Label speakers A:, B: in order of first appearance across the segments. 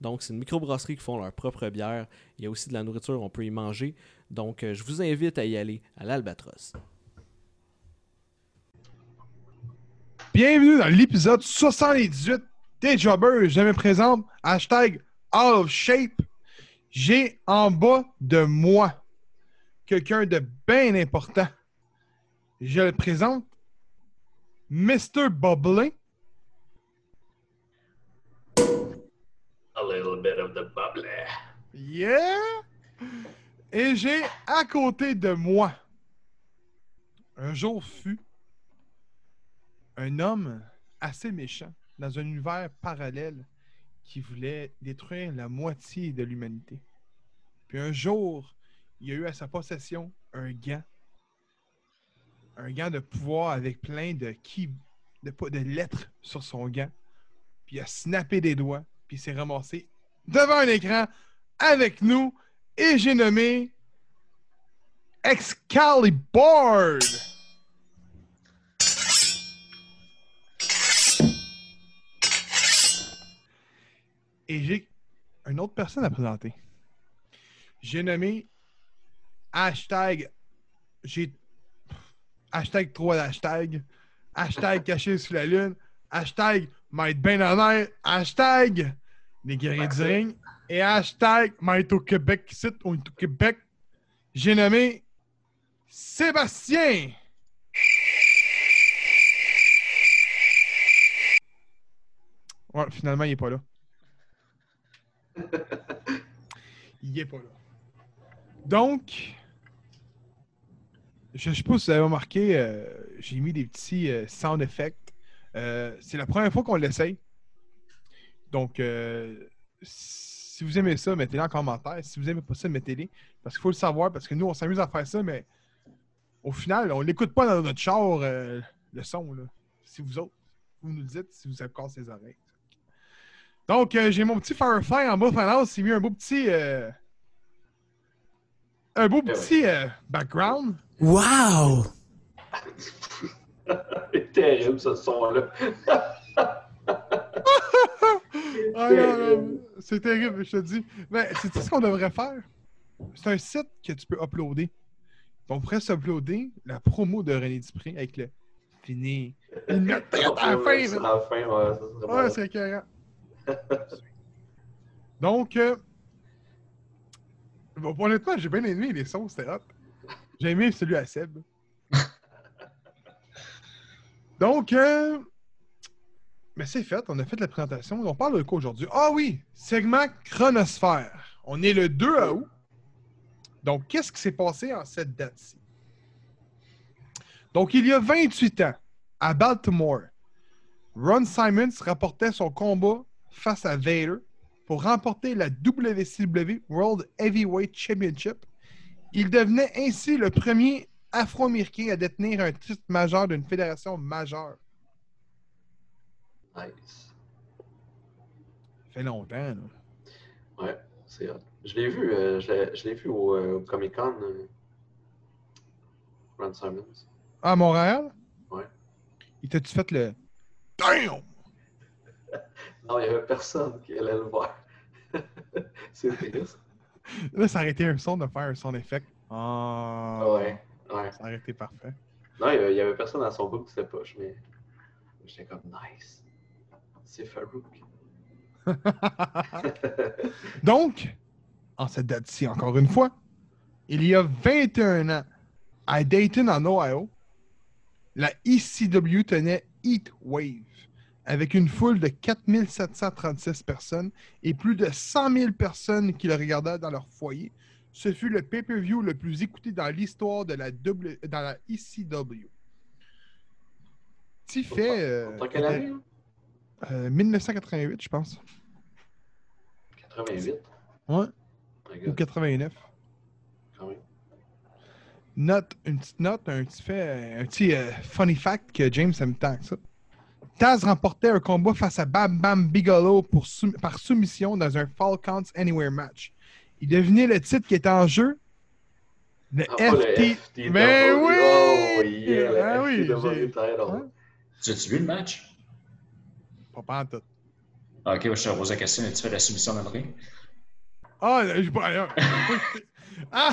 A: Donc, c'est une microbrasserie qui font leur propre bière. Il y a aussi de la nourriture, on peut y manger. Donc, euh, je vous invite à y aller à l'Albatros.
B: Bienvenue dans l'épisode 78 des Jobbers. Je me présente, hashtag Out of Shape. J'ai en bas de moi quelqu'un de bien important. Je le présente, Mr. Boblin.
C: A little bit of the bubble.
B: Yeah! Et j'ai à côté de moi, un jour fut, un homme assez méchant dans un univers parallèle qui voulait détruire la moitié de l'humanité. Puis un jour, il a eu à sa possession un gant. Un gant de pouvoir avec plein de qui, de, po- de lettres sur son gant. Puis il a snappé des doigts, puis il s'est ramassé devant un écran avec nous. Et j'ai nommé Excalibur. Et j'ai une autre personne à présenter. J'ai nommé hashtag j'ai hashtag 3 hashtag hashtag caché sous la lune hashtag might ben en air hashtag les guerriers du ring et hashtag might au Québec ici on est au Québec j'ai nommé Sébastien ouais finalement il est pas là il est pas là donc je ne sais pas si vous avez remarqué, euh, j'ai mis des petits euh, sound effects. Euh, c'est la première fois qu'on l'essaye. Donc, euh, si vous aimez ça, mettez-le en commentaire. Si vous aimez pas ça, mettez-les. Parce qu'il faut le savoir, parce que nous, on s'amuse à faire ça, mais au final, on l'écoute pas dans notre char, euh, le son. Là. Si vous autres, vous nous le dites, si vous avez cassé les oreilles. Donc, euh, j'ai mon petit Firefly en bas finance. C'est mis un beau petit. euh, un beau petit euh, background.
D: Wow!
C: C'est terrible ce son-là.
B: Ah, non, non, c'est terrible, je te dis. Mais c'est ce qu'on devrait faire. C'est un site que tu peux uploader. On pourrait s'uploader la promo de René Dupré avec le fini. Il met à la fin. là.
C: Enfin, ouais, ça, c'est
B: Ouais,
C: bon.
B: c'est écœurant. Donc, euh, bon, honnêtement, j'ai bien aimé les sons, c'était hot. J'ai aimé celui à Seb. Donc, euh, mais c'est fait, on a fait la présentation. On parle de quoi aujourd'hui? Ah oui, segment chronosphère. On est le 2 à août. Donc, qu'est-ce qui s'est passé en cette date-ci? Donc, il y a 28 ans, à Baltimore, Ron Simons rapportait son combat face à Vader pour remporter la WCW World Heavyweight Championship. Il devenait ainsi le premier Afro-Américain à détenir un titre majeur d'une fédération majeure.
C: Nice.
B: Ça fait longtemps, là.
C: Ouais, c'est hot. Je l'ai vu, euh, je l'ai- je l'ai vu au, euh, au Comic-Con. euh, Ron Simons.
B: À Montréal?
C: Ouais.
B: Il t'a-tu fait le... Damn!
C: Non, il n'y avait personne qui allait le voir. c'est triste.
B: Là, ça aurait été un son de faire un son effet. Ah...
C: Ouais, ouais.
B: Ça aurait été parfait.
C: Non, il n'y avait personne à son bout qui c'était poche, mais j'étais comme nice. C'est Farouk.
B: Ah. Donc, en cette date-ci, encore une fois, il y a 21 ans, à Dayton, en Ohio, la ECW tenait Heat Wave avec une foule de 4736 personnes et plus de 100 000 personnes qui le regardaient dans leur foyer. Ce fut le pay-per-view le plus écouté dans l'histoire de la, W- dans la E ECW. Petit fait. euh,
C: en tant qu'elle année, hein?
B: euh, 1988, je pense.
C: 88.
B: Ouais,
C: My
B: ou
C: God,
B: 89.
C: quand même.
B: Note, une petite note, un petit fait, un petit euh, funny fact que James aime tant que ça. Taz remportait un combat face à Bam Bam Bigelow pour sou- par soumission dans un Fall Counts Anywhere match. Il devinait le titre qui était en jeu. Le
C: Ah, pas le
B: FT.
C: FTW.
B: Mais
C: Oh,
B: Ben oui!
C: yeah, le
B: Ben oui,
C: FTW
B: j'ai- Hein?
C: title.
B: Ouais.
D: Tu as-tu vu le match?
B: Pas pantoute.
D: Ah, ok, je te pose la question, mais tu fais la soumission dans le ring?
B: Ah, là, j'ai pas. ah, j'ai pas écouté. Ah!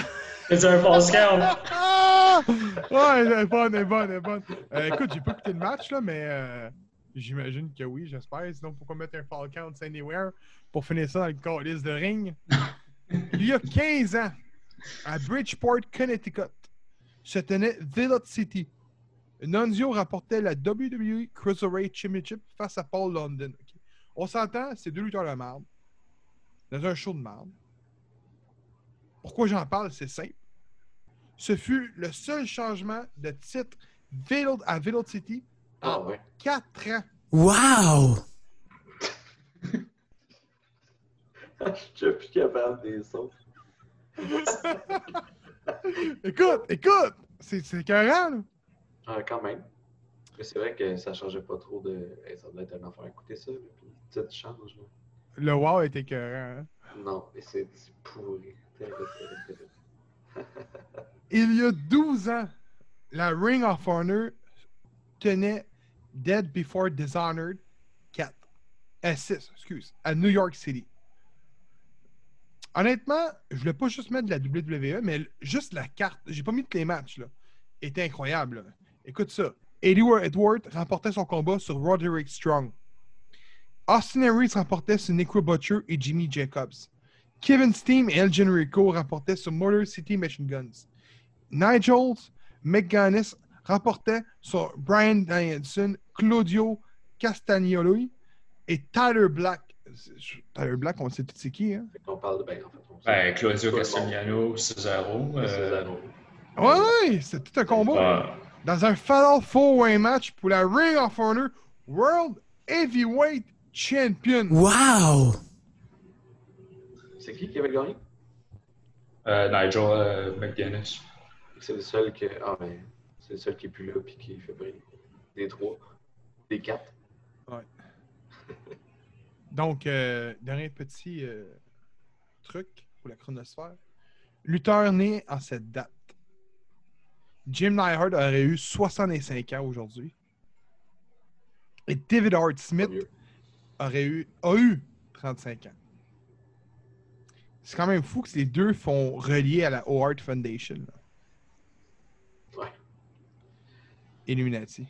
D: C'est un false count!
B: Ah! Ouais, elle est bonne, elle est bonne, elle est bonne. Euh, écoute, j'ai pas écouté le match, là, mais euh, j'imagine que oui, j'espère. Sinon, pourquoi mettre un fall count anywhere pour finir ça dans le calice de ring? Il y a 15 ans, à Bridgeport, Connecticut, se tenait Velocity. Nunzio rapportait la WWE Cruiserweight Championship face à Paul London. Ok. On s'entend, c'est deux lutteurs de marde. Dans un show de marde. Pourquoi j'en parle? C'est simple ce fut le seul changement de titre Velo- à Velocity
C: Ah ouais.
B: 4 ans.
E: Wow!
C: Je suis plus capable des sons.
B: Écoute, écoute! C'est c'est écœurant, là!
C: Ah, quand même. Mais c'est vrai que ça changeait pas trop de. Eh, ça devait être un affaire à écouter ça, mais puis tu sais, tu changes. là.
B: Le wow est écœurant. hein.
C: Non, mais c'est c'est pourri. Terrible, terrible, terrible.
B: Il y a 12 ans, la Ring of Honor tenait Dead Before Dishonored 4. Euh, 6, excuse, à New York City. Honnêtement, je voulais pas juste mettre de la WWE, mais l- juste la carte, j'ai pas mis tous les matchs, là, était incroyable. là. Écoute ça. Edward Edward remportait son combat sur Roderick Strong. Austin Harris remportait sur Necro Butcher et Jimmy Jacobs. Kevin Steen et El Generico remportaient sur Motor City Machine Guns. Nigel McGuinness remportait sur Brian Danielson, Claudio Castagnoli et Tyler Black. C'est- Tyler Black, on sait tout c'est qui, hein?
C: Fait qu'on parle de. Ben, en fait, on sait-
D: Ben, Claudio
C: Tout le monde.
D: Castagnano, Cesaro. euh,
C: Cesaro.
B: Ouais, ouais, c'est tout un combat.
D: ah,
B: dans un Final Four Way match pour la Ring of Honor World Heavyweight Champion.
E: Wow!
C: C'est qui qui avait gagné
D: euh, Nigel euh, McGuinness.
C: C'est le seul que. Ah, ben, c'est le seul qui est plus là puis qui fait briller. Des trois. Des quatre.
B: Donc, euh, dernier petit euh, truc pour la chronosphère. Lutteur né en cette date. Jim Neihard aurait eu 65 ans aujourd'hui. Et David Hart
C: Pas
B: Smith
C: mieux.
B: aurait eu, a eu 35 ans. C'est quand même fou que les deux font relier à la O'Hart Foundation. là.
C: Ouais.
B: Illuminati.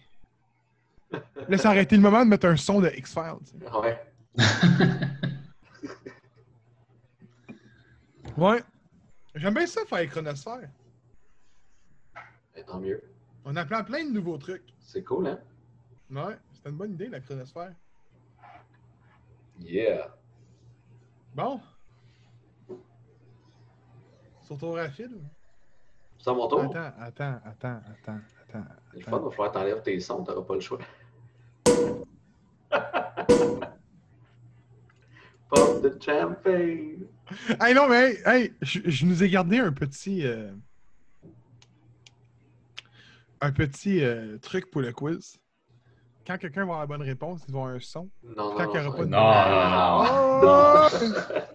B: Là, ça aurait été le moment de mettre un son de X-Files. tu sais.
C: Ouais.
B: Ouais. J'aime bien ça faire les chronosphères.
C: Ben, tant mieux.
B: On apprend plein de nouveaux trucs.
C: C'est cool, hein
B: Ouais, c'était une bonne idée, la chronosphère.
C: Yeah.
B: Bon. Sur ton rapide. ou?
C: C'est à mon tour.
B: Attends, attends, attends, attends,
C: Oh.
B: attends.
C: C'est le fun, il va falloir que t'enlèves tes sons, t'auras pas le choix. Pop de champagne!
B: Hey, non, mais hey, hey, je, je nous ai gardé un petit. euh, un petit euh, truc pour le quiz. Quand quelqu'un va avoir la bonne réponse, ils vont avoir un son.
C: Non,
B: Tant
C: non,
B: qu'il y
C: non,
B: aura pas
C: non.
B: de-
D: Non, non, non.
C: Ah,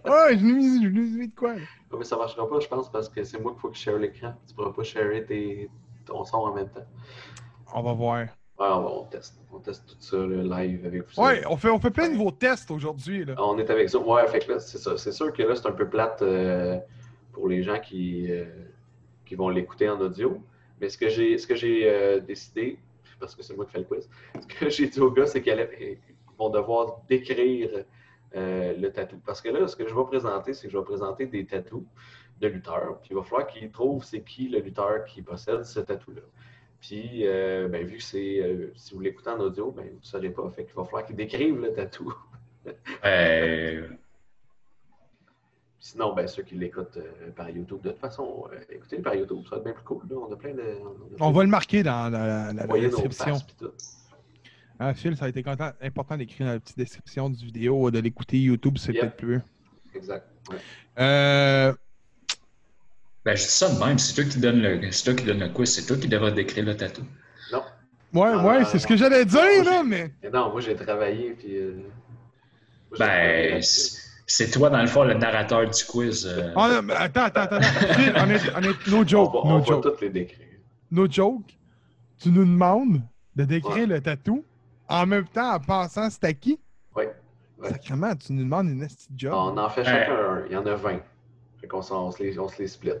B: Oh! ouais, je nous ai mis de quoi, là?
C: Ouais, Mais ça marchera pas, je pense, parce que c'est moi qu'il faut que je share l'écran. Tu pourras pas sharer tes... ton son en même temps.
B: On va voir.
C: Ouais, on, va- on teste. On teste tout ça le live avec vous.
B: Ouais, on fait, on fait plein de nouveaux tests aujourd'hui, là.
C: On est avec ça. Ouais, fait que là, c'est ça. C'est sûr que là, c'est un peu plate euh, pour les gens qui, euh, qui vont l'écouter en audio. Mais ce que j'ai ce que j'ai euh, décidé, parce que c'est moi qui fais le quiz, ce que j'ai dit aux gars, c'est qu'ils allaient- ils vont devoir décrire euh, le tatou. Parce que là, ce que je vais présenter, c'est que je vais présenter des tatous de lutteurs. Puis il va falloir qu'ils trouvent c'est qui le lutteur qui possède ce tatou-là. Puis, euh, ben, vu que c'est, euh, si vous l'écoutez en audio, ben, vous ne saurez pas. Fait qu'il va falloir qu'ils décrivent le tatou.
D: Ben,
C: Sinon, ben, ceux qui l'écoutent euh, par YouTube, de toute façon, euh, écoutez-le par YouTube, ça va être bien plus cool. là. On a plein de. On,
B: Ah, On va le marquer dans la, la- la
C: voyer nos
B: description. Ah,
C: faces pis tout.
B: Hein, Phil, ça a été content- important d'écrire dans la petite description du vidéo, de l'écouter YouTube, c'est
C: Yep.
B: peut-être plus.
C: Exact.
B: Euh,
D: Ben, je dis ça de même. C'est toi qui donne le, c'est toi qui donne le quiz. C'est toi qui devrais décrire le tatou.
B: ouais,
C: Ah.
B: ouais, c'est ce que j'allais dire, là, mais.
C: Mais non, moi j'ai travaillé puis. euh, moi, j'ai travaillé
D: Ben,
C: là-dessus.
D: c'est c'est toi, dans le fond, le narrateur du quiz. euh.
B: Ah, non, mais attends, attends, attends. attends. Phil, on est, on est- no joke,
C: on va, on
B: no
C: va
B: joke.
C: tous les décrire.
B: No joke. Tu nous demandes de décrire
C: Ouais.
B: le tatou en même temps en pensant c'est à qui?
C: Ouais. Ouais.
B: Sacrement, tu nous demandes une esti de job.
C: On en
D: Ben.
C: fait chacun un. Il y en a 20. Fait qu'on s'en- on se, les, on se les split.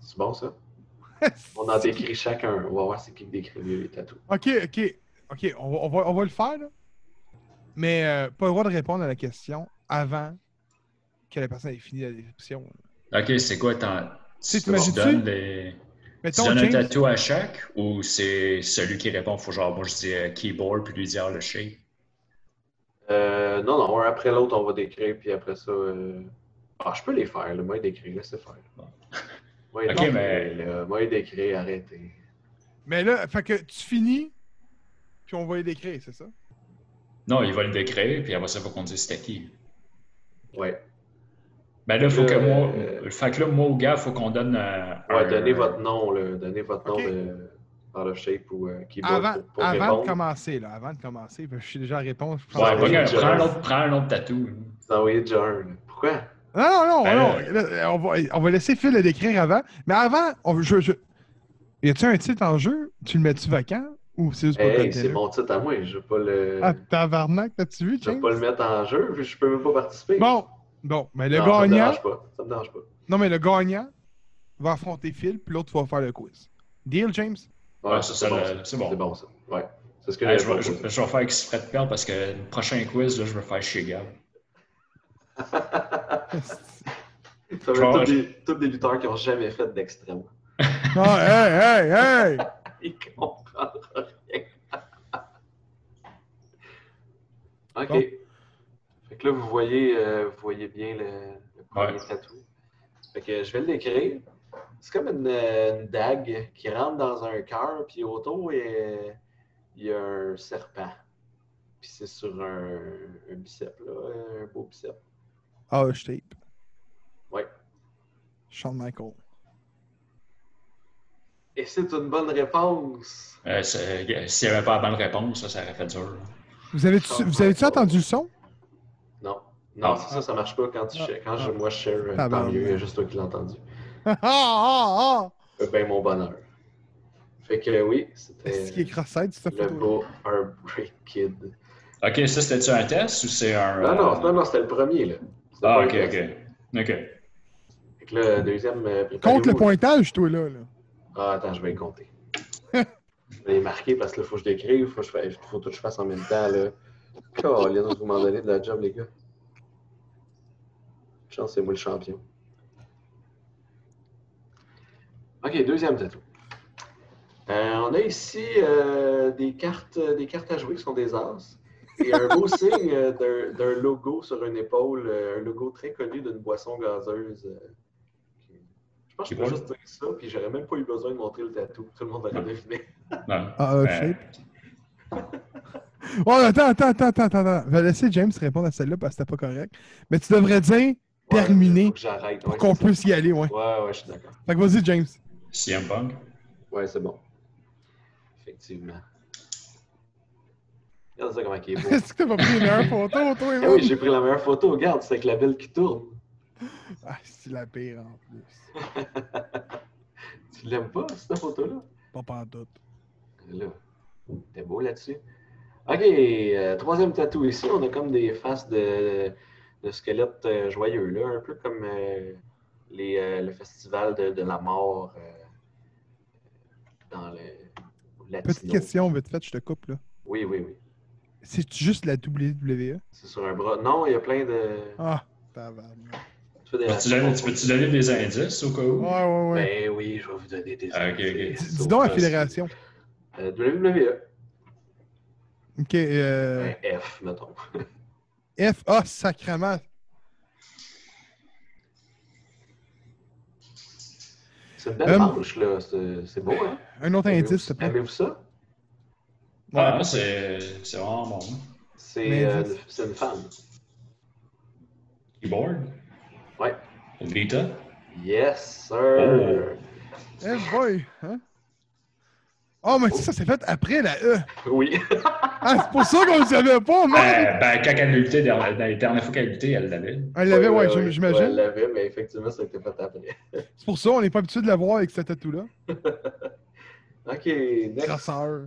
C: C'est bon ça? Ah, On en décrit chacun. On va voir c'est qui qui décrit mieux les tatous.
B: Ok, ok, ok, on, va- on va, on va le faire, là. Mais euh, pas le droit de répondre à la question avant que la personne ait fini la description.
D: Ok, c'est quoi t'en-
B: Ah. Tu sais,
D: tu leur
B: t'imagines-tu?
D: donnes des- Tu
B: Mettons,
D: donnes un
B: James,
D: tatou à chaque ou c'est celui qui répond, faut genre, moi je dis euh, keyboard puis lui dire le shape.
C: Euh, non, non, un après l'autre, on va décrire, puis après ça. euh, Ah, je peux les faire, le moi décrit, laissez faire. Moi
D: Ok,
C: décrit,
D: mais-
C: là, moi décrit, arrêtez.
B: mais là, fait que tu finis, puis on va les décrire, c'est ça?
D: Non, il va le décrire puis après ça, faut qu'on dise c'était qui.
C: Ouais.
D: Ben là, faut que
C: Euh,
D: moi.
C: euh,
D: Fait que là, moi au gars, faut qu'on donne. euh,
C: Ouais,
D: un-
C: donnez votre nom, là. Donnez votre
B: Ok.
C: nom de... par le shape ou euh, keyboard
B: Avant,
C: pour, pour
B: avant
C: répondre.
B: de commencer, là, avant de commencer, parce que je suis déjà à réponse. je pense
D: Ouais,
B: que-
D: pas grave,
C: Je-
D: prends un autre, prends un autre tatou.
C: Vous envoyez déjà un, là. Pourquoi?
B: Non, non, non,
D: Ben,
B: non, là, on, va, on va laisser Phil le décrire avant. Mais avant, on, veut- je, je... y a-tu un titre en jeu? Tu le mets-tu vacant? Ou c'est juste pour
C: Hey,
B: le
C: c'est mon titre à moi, je vais pas le.
B: Ah, tabarnak, t'as-tu vu,
C: Je vais
B: James?
C: pas le mettre en jeu, puis je peux même pas participer.
B: Bon, bon, mais le
C: Non, Ça me
B: gagnant...
C: dérange pas. Ça me dérange pas.
B: Non, mais le gagnant va affronter Phil, puis l'autre va faire le quiz. Deal, James?
C: Ouais,
D: Ouais, Ah, ça, ça,
C: bon,
D: le-
C: ça.
D: c'est bon.
C: C'est bon, ça. Ouais. C'est ce que
D: Hey,
C: j'ai
D: je, vais, je- je vais faire exprès de perdre parce que le prochain quiz, là, je vais faire chez Gab.
C: Ça
D: je
C: veut
D: vais-
C: dire tous des lutteurs qui ont jamais fait d'extrême.
B: Non, Ah, hey, hey, hey!
C: Il comprend rien. OK.
B: Bon.
C: Fait que là, vous voyez, euh, vous voyez bien le, le premier
D: Ouais.
C: tatou. Fait que je vais le décrire. C'est comme une, euh, une dague qui rentre dans un cœur, puis autour, il y a, il y a un serpent. Puis c'est sur un, un bicep, là, un beau bicep.
B: Ah, je tape.
C: Ouais.
B: Shawn Michael.
C: Et c'est une bonne réponse.
D: Euh, c'est- S'il n'y avait pas la bonne réponse, ça, ça aurait fait dur. là.
B: Vous avez-tu
C: Shawn
B: vous avez-tu
C: Michael.
B: entendu le son?
C: Non. Non,
D: Ah.
C: c'est ça, ça marche pas quand, tu,
B: Ah.
C: quand je,
B: Ah.
C: moi je share. euh,
B: Ah,
C: Tant
B: ben,
C: mieux, il y a
B: ben.
C: juste toi qui l'as entendu.
B: ah, ah, ah!
C: Eh ben mon bonheur. Fait que euh, oui,
B: Est-ce qu'il est
C: c'était
B: crossette, cette
C: le
B: photo?
C: beau Heartbreak Kid.
D: Ok, ça, c'était-tu un test ou c'est un.
C: Non, non,
D: euh,
C: non, non, c'était le premier, là. C'était
D: Ah,
C: pas
D: ok,
C: le
D: ok.
C: test.
D: Ok.
C: Fait que là, le deuxième. euh, préparez-vous.
B: Compte le pointage, toi, là. là.
C: Ah, attends, je vais le compter. je vais les marquer parce que là, faut que je décrive, faut que je fasse, faut tout que je fasse en même temps, là. Colin, vous m'en donnez de la job, les gars. Chance, c'est moi le champion. Ok, deuxième tatou. Euh, on a ici euh, des, cartes, des cartes à jouer qui sont des as. Et un beau signe euh, d'un- d'un logo sur une épaule, euh, un logo très connu d'une boisson gazeuse. euh, qui- je pense que je peux
D: Qui
C: juste dire ça, puis j'aurais même pas eu besoin de montrer le tatou. Tout le monde aurait deviné.
D: Non.
B: Ah, euh,
D: Euh,
B: shape. Oh, attends, attends, attends, attends, attends, attends. Je vais laisser James répondre à celle-là parce que c'était pas correct. Mais tu devrais dire
C: Ouais,
B: Terminé.
C: faut que J'arrête.
B: pour
C: ouais,
B: qu'on
C: c'est ça.
B: puisse y aller, ouais.
C: Ouais, ouais, je suis d'accord.
B: Fait que vas-y, James.
D: CM Punk.
C: Ouais, c'est bon. Effectivement. Regarde ça comment il est beau.
B: Est-ce que t'as pas pris une meilleure photo, toi,
C: Ah oui,
B: man?
C: j'ai pris la meilleure photo, regarde, c'est avec la belle qui tourne.
B: Ah, c'est la pire, en plus.
C: Tu l'aimes pas, cette photo-là?
B: Pas pantoute.
C: Là, t'es beau là-dessus. OK, euh, troisième tatou ici, on a comme des faces de, de squelettes euh, joyeux, là, un peu comme euh, les, euh, le festival de, de la mort euh, dans le latino.
B: Petite question, vite fait, je te coupe, là.
C: Oui, oui, oui.
B: C'est juste la WWE?
C: C'est sur un bras. Non, il y a plein de...
B: Ah, tabarnak.
C: Tu fais des
D: Peux-tu donner, tu peux-tu donner des indices au cas où?
B: Ah, Ouais, ouais, ouais.
C: Ben oui, je vais vous donner des
D: Ah, ok, ok.
B: Dis-
C: indices.
B: Dis donc la
C: Euh,
B: fédération.
C: euh, WWE,
B: Ok, euh,
C: un Ben, F, mettons.
B: F. Ah, sacrement.
C: C'est une belle
B: Hum.
C: manche, là. C'est c'est beau, hein?
B: Un autre
C: Aimez-vous-
B: indice, s'il te plaît.
C: Aimez-vous ça?
D: Ah, non, c'est c'est vraiment bon.
C: C'est
B: Mais
C: euh,
B: dis-
C: c'est une femme.
D: Keyboard?
C: Ouais.
D: Le Vita?
C: Yes, sir!
B: Eh boy! Hein? Oh, mais tu sais, ça s'est fait après la E.
D: Oh.
C: Oui.
B: Ah, c'est pour ça qu'on ne savait pas, man!
D: Euh, ben, quand elle a lutté, dans la la dernière fois qu'elle a lutté, elle l'avait.
B: Elle Ah, l'avait, ouais, j'im-
C: Ouais,
B: j'imagine.
C: elle l'avait, mais effectivement, ça a été fait après.
B: C'est pour ça, on n'est pas habitué de la voir avec cette tatou-là.
C: OK, next.
B: Crosseur.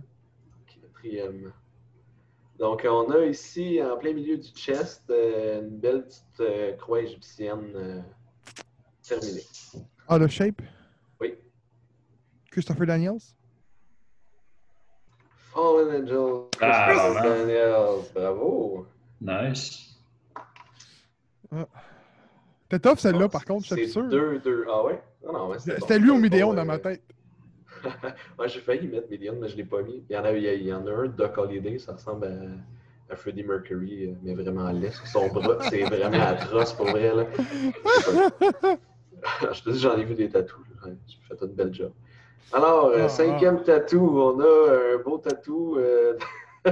C: Quatrième. Donc, on a ici, en plein milieu du chest, euh, une belle petite euh, croix égyptienne euh, terminée.
B: Ah, le shape?
C: Oui.
B: Christopher Daniels?
C: Fallen Angel.
D: Ah,
C: Christopher
D: voilà.
C: Daniels, bravo.
D: Nice.
B: T'es tough celle-là, par contre, je
C: Ah, Oh, c'est
B: suis sûr.
C: Deux, deux. Ah ouais? Non, non, ouais, c'était
B: C'était
C: bon.
B: lui au
C: C'était
B: Midéon
C: bon,
B: dans
C: euh,
B: ma tête.
C: ouais, j'ai failli mettre Million, mais je l'ai pas mis. Il y en a, il y a- il y en a un, Doc Holiday, ça ressemble à, à Freddie Mercury, euh, mais vraiment laid sur son bras. C'est vraiment atroce pour vrai. Là. je te dis, j'en ai vu des tatous. là. Ouais, J'ai fait une belle job. Alors, euh,
B: Ah, ah.
C: cinquième tatou, on a un beau tatou euh, d'un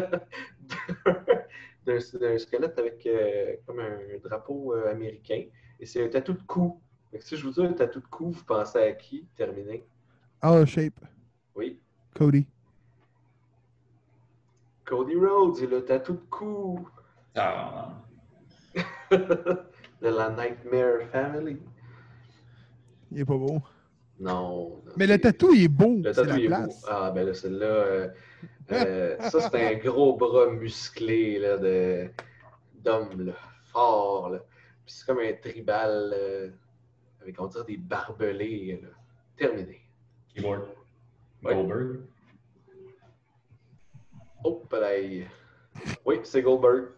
C: d'un squelette avec euh, comme un drapeau euh, américain. Et c'est un tatou de cou. Fait que si je vous dis un tatou de cou, vous pensez à qui? Terminé.
B: Ah, le shape.
C: Oui.
B: Cody.
C: Cody Rhodes et le tatou de cou
D: Ah,
C: de la Nightmare Family.
B: Il est pas beau.
C: Non. non,
B: Mais le
C: c'est-
B: tatou, il est beau.
C: Le
B: C'est
C: tatou
B: la
C: il est beau.
B: place.
C: Ah, ben là, celle-là. euh, euh, ça, c'est un gros bras musclé là, de, d'homme, là, fort. Là. Puis c'est comme un tribal euh, avec, on dirait, des barbelés. là. Terminé.
D: keyboard.
C: Ouais.
D: Goldberg.
C: Oh, pareil. Oui, c'est Goldberg.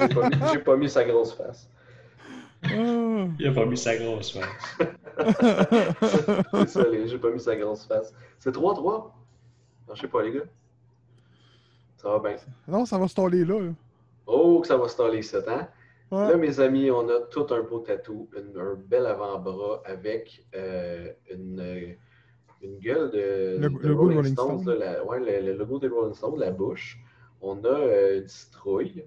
C: J'ai pas, mis, j'ai pas mis sa grosse face.
B: Ah.
D: Il a pas mis sa grosse face.
C: Ah.
B: Ah.
C: C'est ça, les- j'ai pas mis sa grosse face. C'est 3-3? Non, je sais pas, les gars. Ça va bien.
B: non, ça va se tourner là. Ah. là.
C: Oh, que ça va se toller 7 ans.
B: Ouais.
C: Là, mes amis, on a tout un beau tatou, une- un bel avant-bras avec euh, une, euh, une gueule de,
B: Le-
C: de
B: le logo de Rolling Stone.
C: là, la- ouais, le, le logo des Rolling Stones, la bouche. On a euh, une citrouille.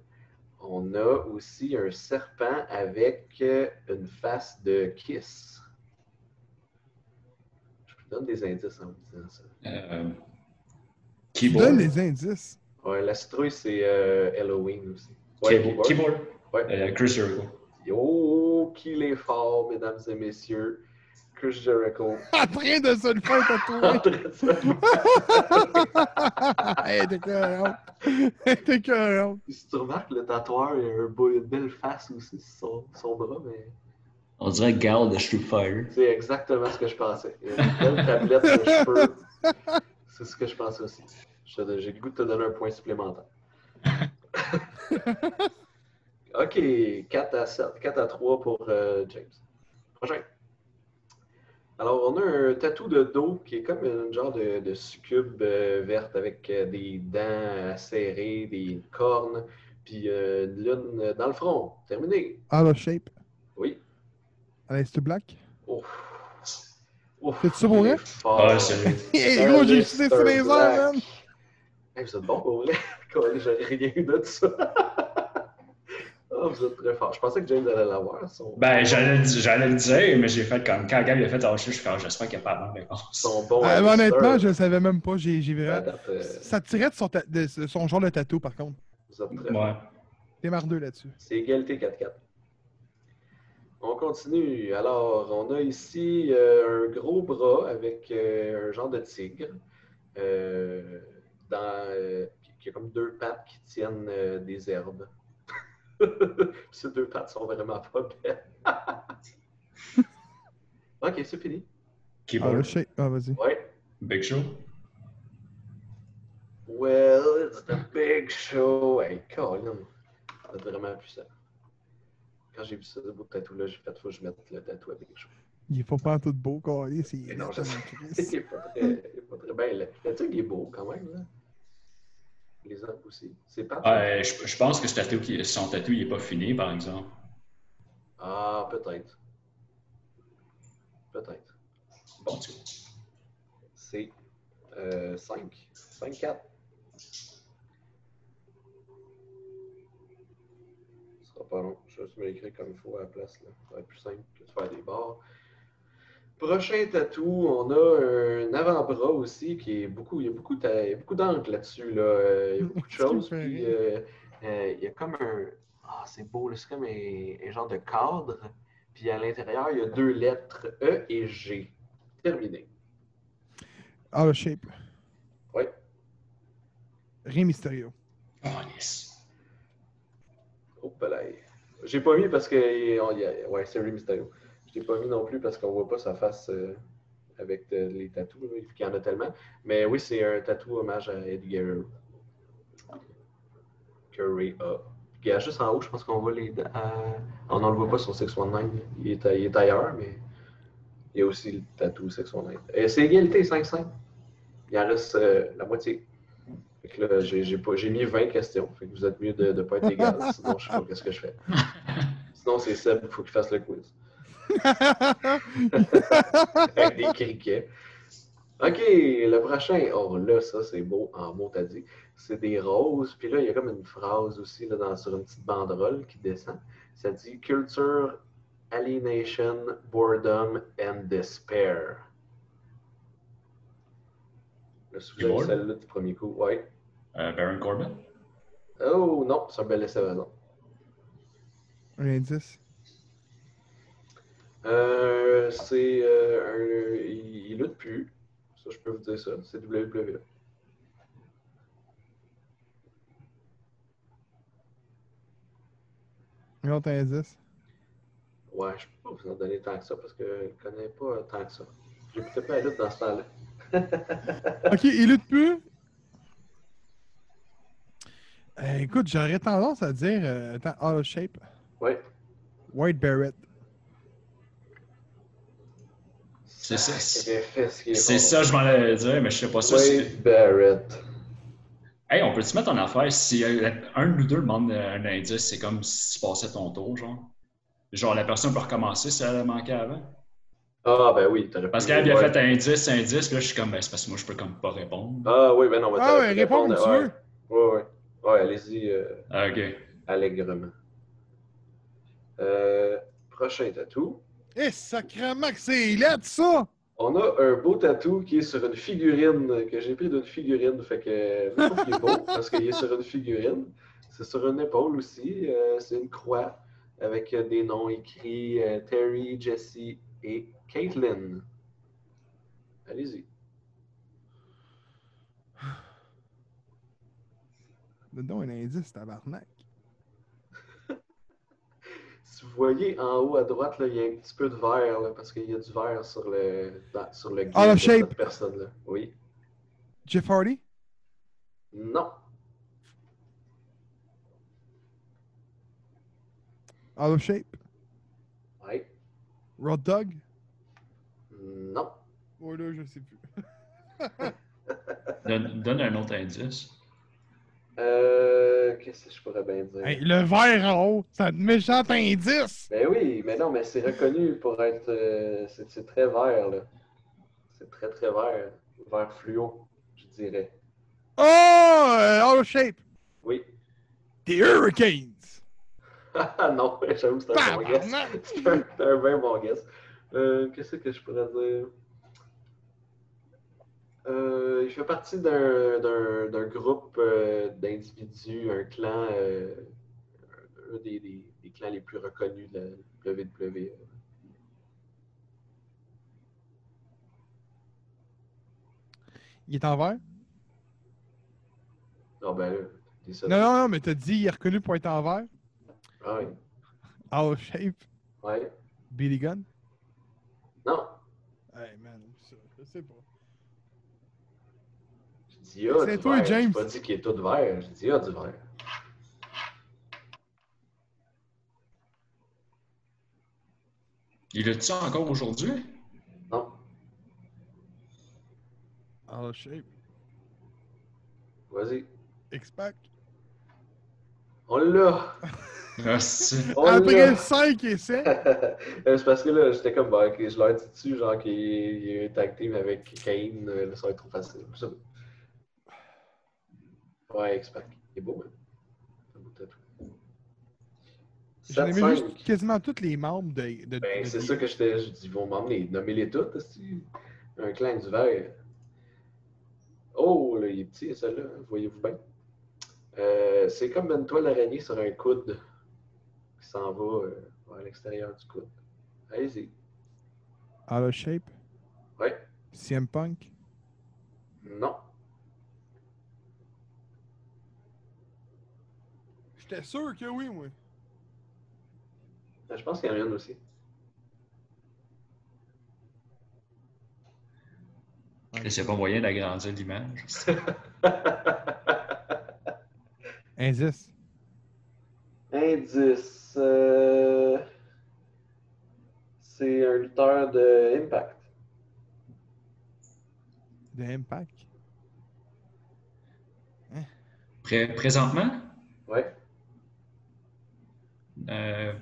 C: On a aussi un serpent avec euh, une face de kiss. Je vous donne des indices en vous disant ça.
D: Euh,
B: Je Donne
D: keyboard.
B: les indices.
C: Ouais, la citrouille, c'est euh, Halloween aussi. Ouais,
D: Keyboard. Keyboard.
C: Ouais.
D: Euh, Chris Jericho.
C: Oh, qu'il est fort, mesdames et messieurs. Chris Jericho.
B: En train de se le faire tatouer. hey, t'es cohérent. Hey, t'es cohérent.
C: si tu remarques, le tatoueur il a un beau- une belle face aussi sur son, son bras, mais
D: On dirait Gal de Street Fighter.
C: c'est exactement ce que je pensais. Il a une belle tablette de cheveux. C'est ce que je pensais aussi. Je te- J'ai le goût de te donner un point supplémentaire. OK, 4 à, 7, 4 à 3 pour euh, James. Prochain. Alors, on a un tatou de dos qui est comme un genre de, de succube euh, verte avec euh, des dents acérées, des cornes, puis euh, une lune dans le front. Terminé.
B: Ah, le shape.
C: Oui.
B: Alistair Black.
C: Ouf. Ouf. Ah,
B: C'est ça pour vrai?
C: il est fort.
D: Ouais, c'est-
B: Hey, gros, j'ai sucé sur les
C: Black.
B: airs, man.
C: Hey, vous êtes bon pour vrai. Colin, J'ai rien eu de ça. oh, vous êtes très fort. Je pensais que James allait l'avoir. Son,
D: Ben, j'allais le di- j'allais le dire, mais j'ai fait comme quand Gal l'a fait lâcher, je suis comme j'espère qu'il n'y a pas la bonne réponse.
C: son bon.
B: Ah, mais
C: hamster.
B: honnêtement, je le savais même pas. J'ai j'ai
C: Ouais,
B: vraiment.
C: attends, euh,
B: Ça tirait de son, ta- de son genre de tatou, par contre.
C: vous êtes très fort.
D: Ouais.
B: T'es mardeux là-dessus.
C: C'est égalité 4-4. On continue. Alors, on a ici euh, un gros bras avec euh, un genre de tigre euh, dans, euh, qui- qui a comme deux pattes qui tiennent euh, des herbes. Ces deux pattes sont vraiment pas belles. ok, c'est fini.
B: Ah,
D: Keyboard.
B: le shape. Ah, vas-y.
C: Ouais.
D: Big Show.
C: Well, it's the big show. Hey, Colin. C'est vraiment puissant. Quand j'ai vu ça, ce beau tatou-là, j'ai fait faut que je mette le tatou à big show.
B: Il est pas pantoute beau, carré. C'est.
C: Mais non, je sais. Il est pas très, il est pas très bien. Le, le tigre est beau quand même. Là. Les arbres aussi. C'est pas.
D: Ouais, je, je pense que ce tatou qui- son tatou, il n'est pas fini, par exemple.
C: Ah, peut-être. Peut-être.
D: Bon, tu-
C: C'est euh, 5. 5-4. Ça sera pas long. Je vais juste me l'écrire comme il faut à la place. Là. Ça va être plus simple que de faire des barres. Prochain tatou, on a un avant-bras aussi qui est beaucoup. Il y a beaucoup, de- il y a beaucoup d'encre là-dessus. Là. Euh, Il y a beaucoup de
B: Ce qui me
C: choses.
B: fait
C: Puis,
B: rire.
C: euh, euh, il y a comme un. Ah, c'est beau, là, c'est comme un, un genre de cadre. Puis à l'intérieur, il y a deux lettres E et G. Terminé.
B: Ah, le shape.
C: Oui.
B: Rien mystérieux.
D: Oh, yes.
C: Oh, balaye. J'ai pas mis parce que. il- on- il y a- Ouais, c'est Rey Mysterio. Je l'ai pas mis non plus parce qu'on voit pas sa face euh, avec euh, les tatous, là, vu qu'il y en a tellement. Mais oui, c'est un tatou hommage à Ed Guerrero. Que Ray a. Puis, euh, juste en haut, je pense qu'on voit les. dents. Euh, on ne le voit pas sur 619. Il est, à- il est ailleurs, mais il y a aussi le tatou 619. Euh, c'est égalité 5-5. Il en reste euh, la moitié. Fait que là, j'ai, j'ai pas- j'ai mis 20 questions. Fait que vous êtes mieux de ne pas être égal, sinon je sais pas qu'est-ce que je fais. Sinon, c'est Seb, il faut qu'il fasse le quiz. Avec des criquets. OK, le prochain. Oh là, ça, c'est beau en mots, t'as dit. C'est des roses. Puis là, il y a comme une phrase aussi là, dans- sur une petite banderole qui descend. Ça dit Culture, alienation, boredom and despair. Le
D: Du
C: souvenir,
D: bored?
C: celle-là du premier coup. Ouais.
D: Euh, Baron Corbin.
C: Oh non, c'est un bel essai raison.
B: un indice.
C: Euh, c'est euh, un- il, il lutte plus. Ça, je peux vous dire ça. C'est E. WWE.
B: Un autre indice.
C: Ouais, je peux pas vous en donner tant que ça parce que je le connais pas euh, tant que ça. J'écoutais pas la lutte dans ce temps-là.
B: Ok, il lutte plus. Euh, écoute, j'aurais tendance à dire. euh, attends, out of shape.
C: Ouais.
B: White Barrett.
D: C'est ça.
C: C'est fait ce qui est
D: C'est
C: fort.
D: ça, je m'en allais dire, mais je sais pas sûr. si-
C: Wade Barrett.
D: Hey, on peut-tu mettre en affaire si euh, un ou deux demande euh, un indice, c'est comme si tu passais ton tour, genre? Genre, la personne peut recommencer si elle a manqué avant.
C: Ah, ben oui, t'aurais
D: Parce
C: pu-
D: qu'elle a
C: ouais.
D: fait indice, indice, puis là, je suis comme, ben, c'est parce que moi, je peux comme pas répondre.
C: Ah, oui, ben non, mais
B: Ah ouais,
C: t'aurais pu
B: réponds comme
C: répondre,
B: tu
C: ouais.
B: veux.
C: Ouais, ouais. Ouais, allez-y euh,
D: Ah, OK.
C: allègrement. Euh, prochain tatou.
B: Eh, sacrément que c'est laid, ça!
C: On a un beau tatou qui est sur une figurine, que j'ai pris d'une figurine. Fait que je trouve qu'il est beau parce qu'il est sur une figurine. C'est sur une épaule aussi. euh, c'est une croix avec euh, des noms écrits euh, Terry, Jesse et Caitlin. Allez-y.
B: Donne-donc un indice, tabarnak.
C: Si vous voyez en haut à droite, là, il y a un petit peu de vert là, parce qu'il y a du vert sur le, dans- sur le
B: Ah,
C: guide
B: la
C: de
B: shape.
C: cette personne-là. Oui.
B: Jeff Hardy?
C: Non.
B: Out of shape?
C: Ouais.
B: Rod Dog?
C: Non.
B: Oh là, je sais plus.
D: Donne, donne un autre indice.
C: Euh, Qu'est-ce que je pourrais bien dire?
B: Hey, le vert en haut, c'est un méchant indice!
C: Ben oui, mais non, mais c'est reconnu pour être. euh, c'est c'est très vert, là. C'est très, très vert. Vert fluo, je dirais.
B: Oh! euh, out of shape!
C: Oui.
B: The Hurricanes!
C: Ah non, j'avoue, c'est un bon guess.
B: Tabarnak!
C: C'est un, c'est un bien bon guess. Euh, Qu'est-ce que je pourrais dire? Euh, il fait partie d'un- d'un d'un groupe euh, d'individus, un clan, euh, un des, des- des clans les plus reconnus de la E. WWE.
B: Il est en vert?
C: Non, ben, euh, désolé.
B: Non, non, non, mais t'as dit, il est reconnu pour être en vert.
C: Ah oui.
B: Out of shape?
C: Ouais.
B: Billy Gunn?
C: Non.
B: Hey, man, ça, je sais pas.
C: Je dis ah,
B: C'est
C: du
B: toi,
C: vert. J'ai
B: James.
C: pas dit qu'il est tout vert. Je dis ah, du vert.
D: Il a-tu encore aujourd'hui?
C: Non.
B: Out of shape?
C: Vas-y.
B: X-Pac?
C: On l'a.
D: Ah, c'est-
C: On
B: Après
C: l'a.
B: 5 essais?
C: Euh, c'est parce que là, j'étais comme, bah, ok, je leur dis dessus, genre qu'il il y a un tag team avec Kane, euh, là, ça va être trop facile. Ça va. Ouais, X-Pac. Il est beau, hein. C'est un beau tatou.
B: J'en ai
C: 7,
B: mis
C: 5.
B: quasiment tous les membres de. de-
C: Ben,
B: de-
C: c'est ça que j'étais. Je dis, ils vont m'emmener. Nommez-les toutes. esti. Un clan du verre. Oh, là, il est petit, celle-là. Voyez-vous bien. Euh, c'est comme une toile araignée sur un coude qui s'en va euh, vers l'extérieur du coude. Allez-y.
B: Out of Shape,
C: Ouais.
B: CM Punk,
C: Non.
B: J'étais sûr que oui, moi.
C: Ben, Je pense qu'il y en a une aussi.
D: Chris, il n'y a pas moyen d'agrandir l'image.
B: Indice.
C: Indice. euh, C'est un lutteur de Impact.
B: de Impact.
D: Pré- présentement,
C: Ouais.
D: euh,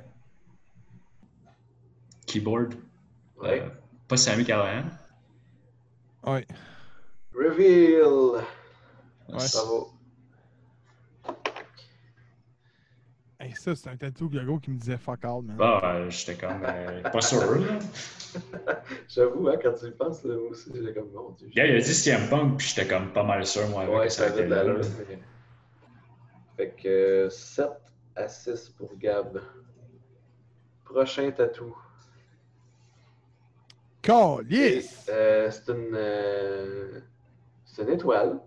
D: keyboard, euh,
C: Ouais.
D: pas Sammy Callahan.
B: Ouais.
C: Reveal.
B: Ouais.
C: Bravo.
B: Hey, ça, c'est un tatou Gogo qui me disait fuck all, man.
D: Bah, euh, j'étais comme euh, pas sûr. là.
C: J'avoue, hein, quand tu y penses, là, moi aussi, j'ai comme mon Dieu.
D: Le gars, il a dit CM Punk, puis j'étais comme pas mal sûr, moi, avec
C: Ouais,
D: que ça
C: ça avait de
D: allait là.
C: l'allure. mais- Fait que 7 à 6 pour Gab. Prochain tatou.
B: Calice!
C: Euh, c'est une. euh, c'est une étoile.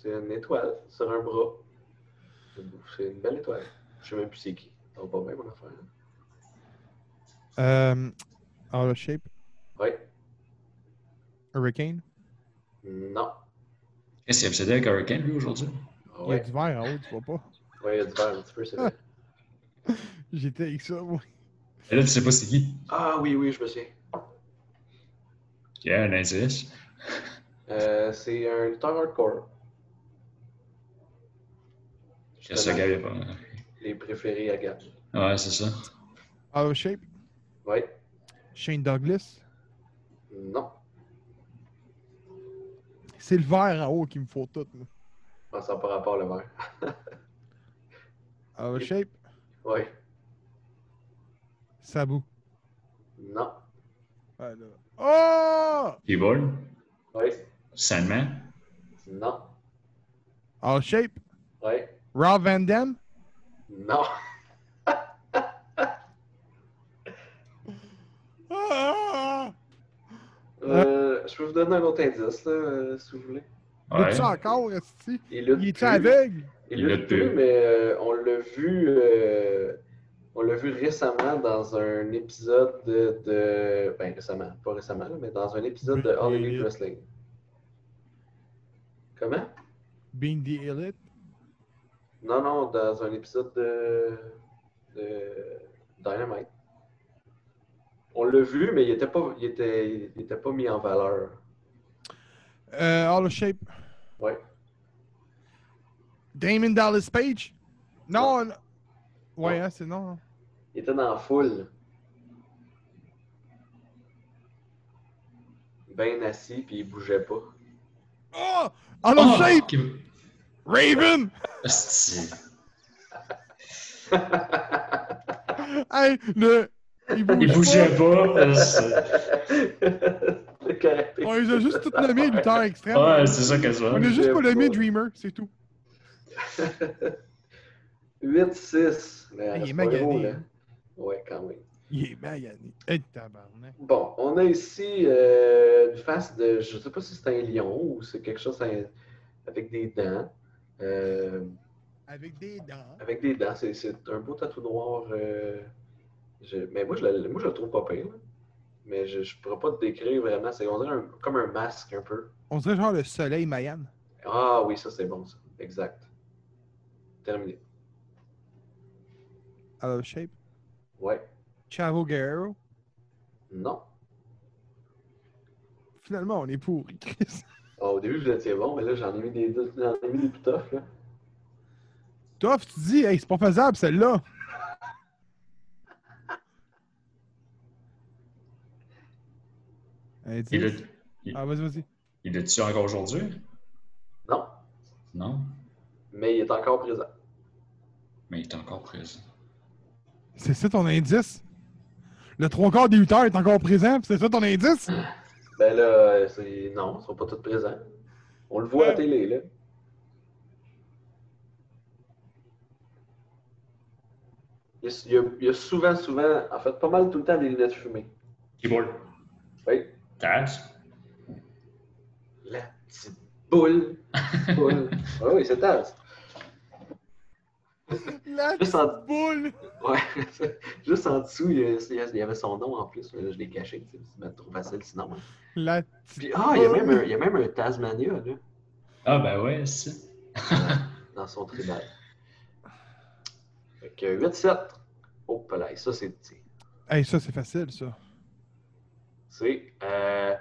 C: C'est une étoile sur un bras. C'est une- C'est une belle étoile. Je sais même plus c'est qui. Ça va pas bien, mon affaire. hein.
B: Euh, out of shape,
C: Ouais.
B: Hurricane.
C: Non.
D: Chris, il est obsédé avec Hurricane, lui, aujourd'hui.
C: Ah
B: Il y a
C: Ouais.
B: du verre en haut, tu vois pas.
C: Ouais, il y a du vert un petit peu, c'est vrai.
B: J'étais avec ça, moi.
D: Et là, tu sais pas c'est qui.
C: Ah oui, oui, je me souviens.
D: Il y a un indice.
C: Euh, c'est un lutteur hardcore.
D: Chris, le gars, il est
C: Les préférés à Gab.
D: pas. Ouais, c'est ça.
B: Out of shape,
C: Ouais.
B: Shane Douglas.
C: Non.
B: C'est le verre en haut qui me faut tout, moi.
C: Ah, ça n'a pas rapport le verre.
B: Out of shape,
C: Ouais.
B: Sabu.
C: Non.
B: Ah, là. Oh!
D: Keyboard,
C: Ouais.
D: Sandman,
C: Non.
B: Out of shape,
C: Ouais.
B: Rob Van Dam.
C: Non.
B: Ah!
C: Euh, je peux vous donner un autre indice, là, euh, si vous voulez.
D: Ouais.
B: tu encore, Esti?
C: Il lutte
B: Il est
C: plus.
B: aveugle?
C: Il lutte plus, mais euh, on l'a vu. euh, on l'a vu récemment dans un épisode de. de- Ben, récemment, pas récemment, là, mais dans un épisode de All Elite Wrestling. Comment
B: Being the Elite.
C: Non, non, dans un épisode de, de Dynamite. On l'a vu, mais il n'était pas, il était, il était pas mis en valeur.
B: Euh, out of shape,
C: Ouais.
B: Damon Dallas Page? Non, non. Ouais,
C: Non.
B: hein, c'est non. hein.
C: Il était dans la foule. Ben assis, puis il bougeait pas.
B: Oh! Out of shape!
D: Keyboard.
B: Raven!
D: Asti.
B: Hey, le. Il bouge
D: Il bougeait pas. c'est-
C: Le caractère.
B: On les a juste tous nommés lutteurs extrêmes.
D: Ouais, c'est ça que
B: On
D: ça.
B: a juste pas
C: bougeait
B: nommé
C: pas.
B: Dreamer, c'est tout.
C: 8-6. Mais
B: il est hein.
C: reste pas
B: magané.
C: gros, là. Ouais, quand même.
B: Il est magané. Hey, Eh, tabarnak.
C: Bon, on a ici euh, une face de, je ne sais pas si c'est un lion ou c'est quelque chose un- avec des dents. Euh,
B: Avec des dents.
C: avec des dents, c'est- c'est un beau tatou noir. euh, je- mais moi, je ne moi, je le trouve pas pire. là. Mais je ne pourrais pas te décrire vraiment. C'est on dirait un- comme un masque un peu.
B: On dirait genre le soleil Mayan.
C: Ah oui, ça c'est bon, ça. Exact. Terminé.
B: Out of shape.
C: Ouais.
B: Chavo Guerrero.
C: Non.
B: Finalement, on est pourri, Chris.
C: Ah, au début, vous étiez bon, mais là, j'en ai mis des, j'en ai mis des plus tough, là.
B: Toff, tu dis, hey, c'est pas faisable celle-là. Hey, dis-
D: Il lutte-
B: Ah, vas-y, vas-y.
D: il lutte-tu encore aujourd'hui?
C: Non.
D: Non.
C: Mais il est encore présent.
D: Mais il est encore présent.
B: C'est ça ton indice? Le trois quarts des 8 heures est encore présent, puis c'est ça ton indice?
C: Ben là, euh, c'est. Non, ils sont pas tous présents. On le voit à
B: Ouais.
C: télé, là. Il y, a, il y a- il y a souvent, souvent, en fait, pas mal tout le temps des lunettes fumées.
D: Keyboard.
C: Oui.
D: Taz.
C: La petite boule. boule. Ah oui, c'est Taz.
B: La
C: Juste en,
B: boule!
C: ouais, juste en dessous, il y, a- il y a- il y avait son nom en plus. mais là, Je l'ai caché. tu sais, C'est trop facile sinon. hein.
B: La
C: Puis, ah, il y, a même un, il y a même un Tasmania, là,
D: Ah, ben ouais, c'est ça.
C: dans son tribal. Fait que 8-7. Oh, là, ça, c'est petit.
B: Hey, ça, c'est facile, ça.
C: C'est euh,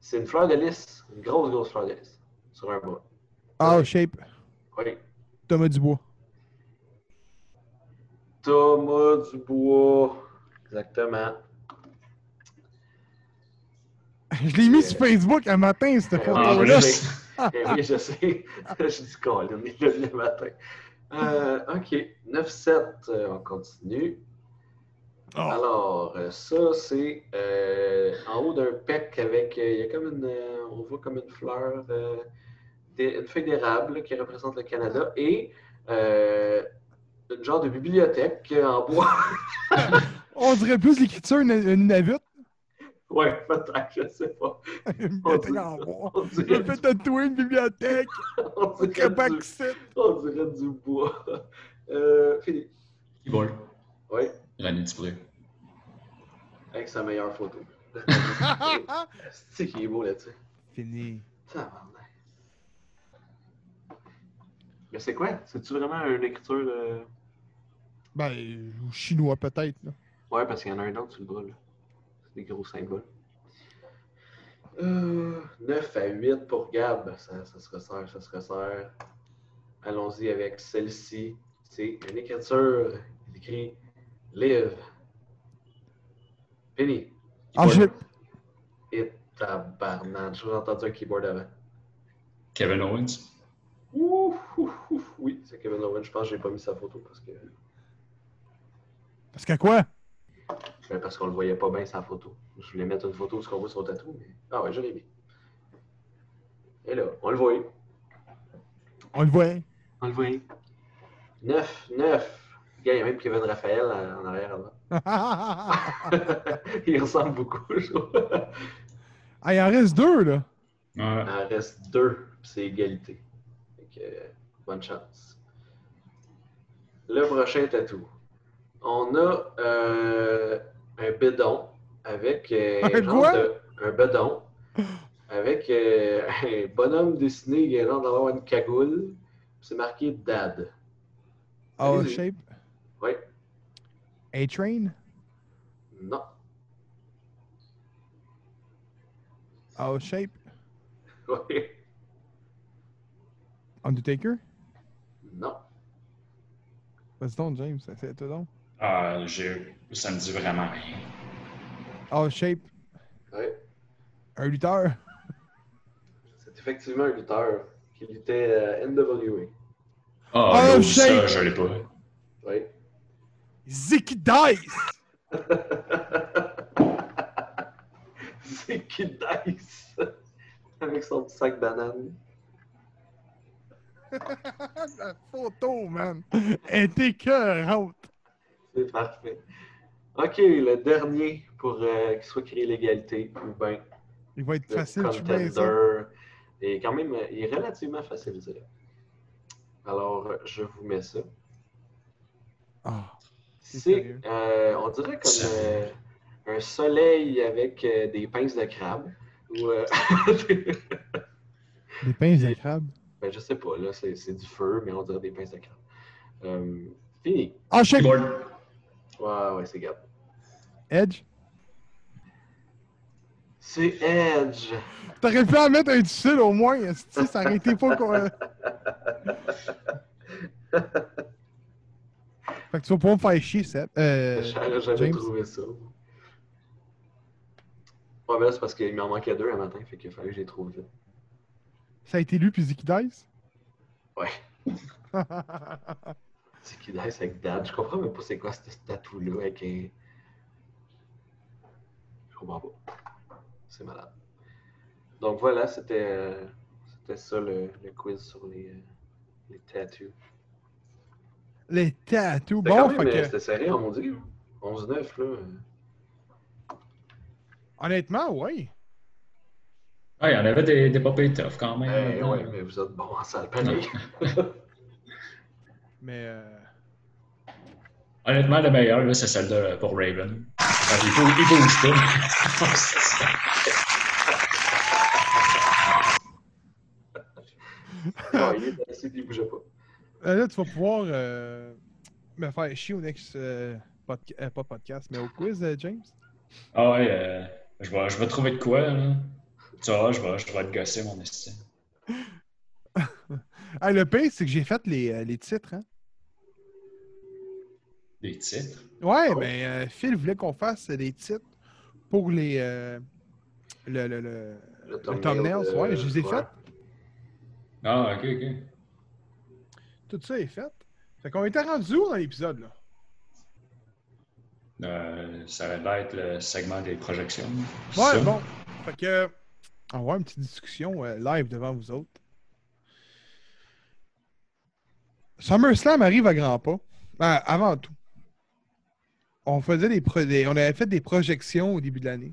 C: c'est une fleur de lys, une grosse, grosse fleur de lys, sur un bras.
B: Ah, shape.
C: Oui.
B: Thomas Dubois.
C: Thomas Dubois. Exactement.
B: Je l'ai mis sur Facebook un matin, cette
C: Ah,
D: Ah,
B: photo.
C: voilà.
D: là,
C: c'est- Eh oui, je sais. je dis Colin, il lève le matin. Euh, OK. 9-7, euh, on continue.
B: Oh,
C: Alors, euh, ça, c'est euh, en haut d'un pec avec. euh, Il y a comme une. euh, on voit comme une fleur. euh, des- une feuille d'érable là, qui représente le Canada et euh, une genre de bibliothèque euh, en bois.
B: on dirait plus l'écriture euh, une, une navette.
C: Ouais, peut-être, je sais pas.
B: Une
C: On dirait
B: bibliothèque en
C: ça.
B: bois.
C: On
B: Je
C: dirait,
B: me fais tatouer une bibliothèque
C: on
B: au
C: dirait,
B: Québec,
C: du,
B: c'est.
C: on dirait du bois. Euh, Philippe.
D: Keyboard.
C: Oui,
D: René Dupré.
C: avec sa meilleure photo. C'est qui est beau là-dessus.
B: Fini.
C: Tabarnak. Mais c'est quoi? C'est-tu vraiment une écriture euh,
B: Ben, euh, chinois peut-être. là.
C: Ouais, parce qu'il y en a un autre sur le bras, là. C'est des gros symboles. Euh, 9 à 8 pour Gab. Ben, Ça, ça se resserre, ça se resserre. Allons-y avec celle-ci. C'est une écriture. Il écrit Live. Penny.
B: Ah, j'ai-
C: Et tabarnak. J'ai toujours entendu un keyboard avant.
D: Kevin Owens.
C: Ouh, ouh, ouh, oui, c'est Kevin Owen. Je pense que j'ai pas mis sa photo parce que
B: Parce que quoi?
C: ben, parce qu'on le voyait pas bien sa photo. Je voulais mettre une photo de ce qu'on voit sur le tatou, mais. Ah ouais, je l'ai mis. Et là, on le voyait.
B: On le voit.
C: On le voyait. 9, 9. Il y a même Kevin Raphaël euh, en, en arrière là. Il ressemble beaucoup, je trouve.
B: ah, il en reste deux, là.
D: Ouais.
C: Il en reste deux, puis c'est égalité. Fait que, euh, bonne chance. Le prochain tatou. On a euh, un bédon avec euh,
B: Un
C: genre
B: quoi?
C: de- un bédon avec euh, un bonhomme dessiné, il a l'air d'avoir une cagoule. puis C'est marqué Dad.
B: Ah,
C: Vas-y.
B: shape.
C: Oui.
B: A-Train.
C: Non.
B: Ah, shape.
C: Oui.
B: Undertaker.
C: Non.
B: Vas-y donc, James. C'est toi donc.
D: Ah, j'ai... Ça me dit vraiment rien.
B: Ah, shape.
C: Oui.
B: Un lutteur.
C: C'est effectivement un lutteur qui luttait euh, à NWA.
D: Ah,
B: Ah,
D: l'eau,
B: j'ai-
D: ça, je l'ai pas.
C: Oui.
B: Zicky Dice.
C: C'est qui Dice avec son petit sac banane.
B: La photo, man. Elle était écœurante.
C: C'est parfait. OK, le dernier pour euh, qu'il soit créé l'égalité ou bien
B: Il va être
C: le
B: facile, tu mets ça.
C: contender. Et quand même, euh, il est relativement facile, je dirais. Alors, euh, je vous mets ça.
B: Ah, C'est
C: C'est,
B: sérieux.
C: euh, on dirait comme
D: Sérieux.
C: euh, un soleil avec euh, des pinces de crabe. Ou, euh,
B: des pinces de crabe.
C: ben, je sais pas, là, c'est c'est du feu, mais on dirait des pinces de crabe. Euh, fini.
B: Ah, shape.
D: Keyboard.
C: Ouais, ouais, c'est Gab.
B: Edge.
C: C'est Edge.
B: T'aurais pu en mettre un difficile au moins. esti, Ça aurait été pas quoi. Fait que tu vas pouvoir me faire chier, Seb. Euh,
C: J'aurais jamais
B: James.
C: trouvé ça. Ouais, mais là, c'est parce qu'il m'en manquait deux un matin, fait qu'il fallait que je les trouve vite.
B: Ça a été lu, puis Zicky Dice.
C: Ouais. C'est qui nice avec Dad. Je comprends même pas c'est quoi ce tatou-là avec un. Je comprends pas. C'est malade. Donc voilà, c'était euh, c'était ça le, le quiz sur les, euh, les tattoos.
B: Les tatous.
C: C'était quand
B: Bon, fait
C: même, euh,
B: que,
C: c'était serré, on dit. 11-9, là.
B: honnêtement, oui.
D: Ah, il y en avait des, des pas pires tough quand même.
C: Ben,
B: Eh,
D: là-dedans,
C: ouais,
D: là.
C: mais vous êtes bon en salle pareil.
B: Mais euh,
D: Honnêtement, le meilleur, là, c'est celle de, pour Raven. Ah, il, bouge, il bouge pas.
C: Non, il est assis puis il bougeait pas.
B: euh, là, tu vas pouvoir euh, me faire chier au next euh, podca- euh, pas podcast, mais au quiz, euh, James.
D: ah ouais, euh, je, vais, je vais trouver de quoi. Là. Tu vois, je vais, je vais te gosser, mon estime.
B: Ah, le pire, c'est que j'ai fait les, euh, les titres. Hein?
D: Des titres.
B: Ouais,
C: Oh.
B: mais euh, Phil voulait qu'on fasse des titres pour les. euh, le, le, le-
C: Le euh,
B: thumbnail,
C: de-
B: ouais, je les ai faits.
D: Ah, ok, ok.
B: Tout ça est fait. Fait qu'on était rendu où dans l'épisode, là?
D: Euh, ça va être le segment des projections.
B: Ouais,
D: Ça.
B: bon. Fait que. euh, On va avoir une petite discussion euh, live devant vous autres. SummerSlam arrive à grands pas. Ben, avant tout. On faisait des, pro- des- On avait fait des projections au début de l'année.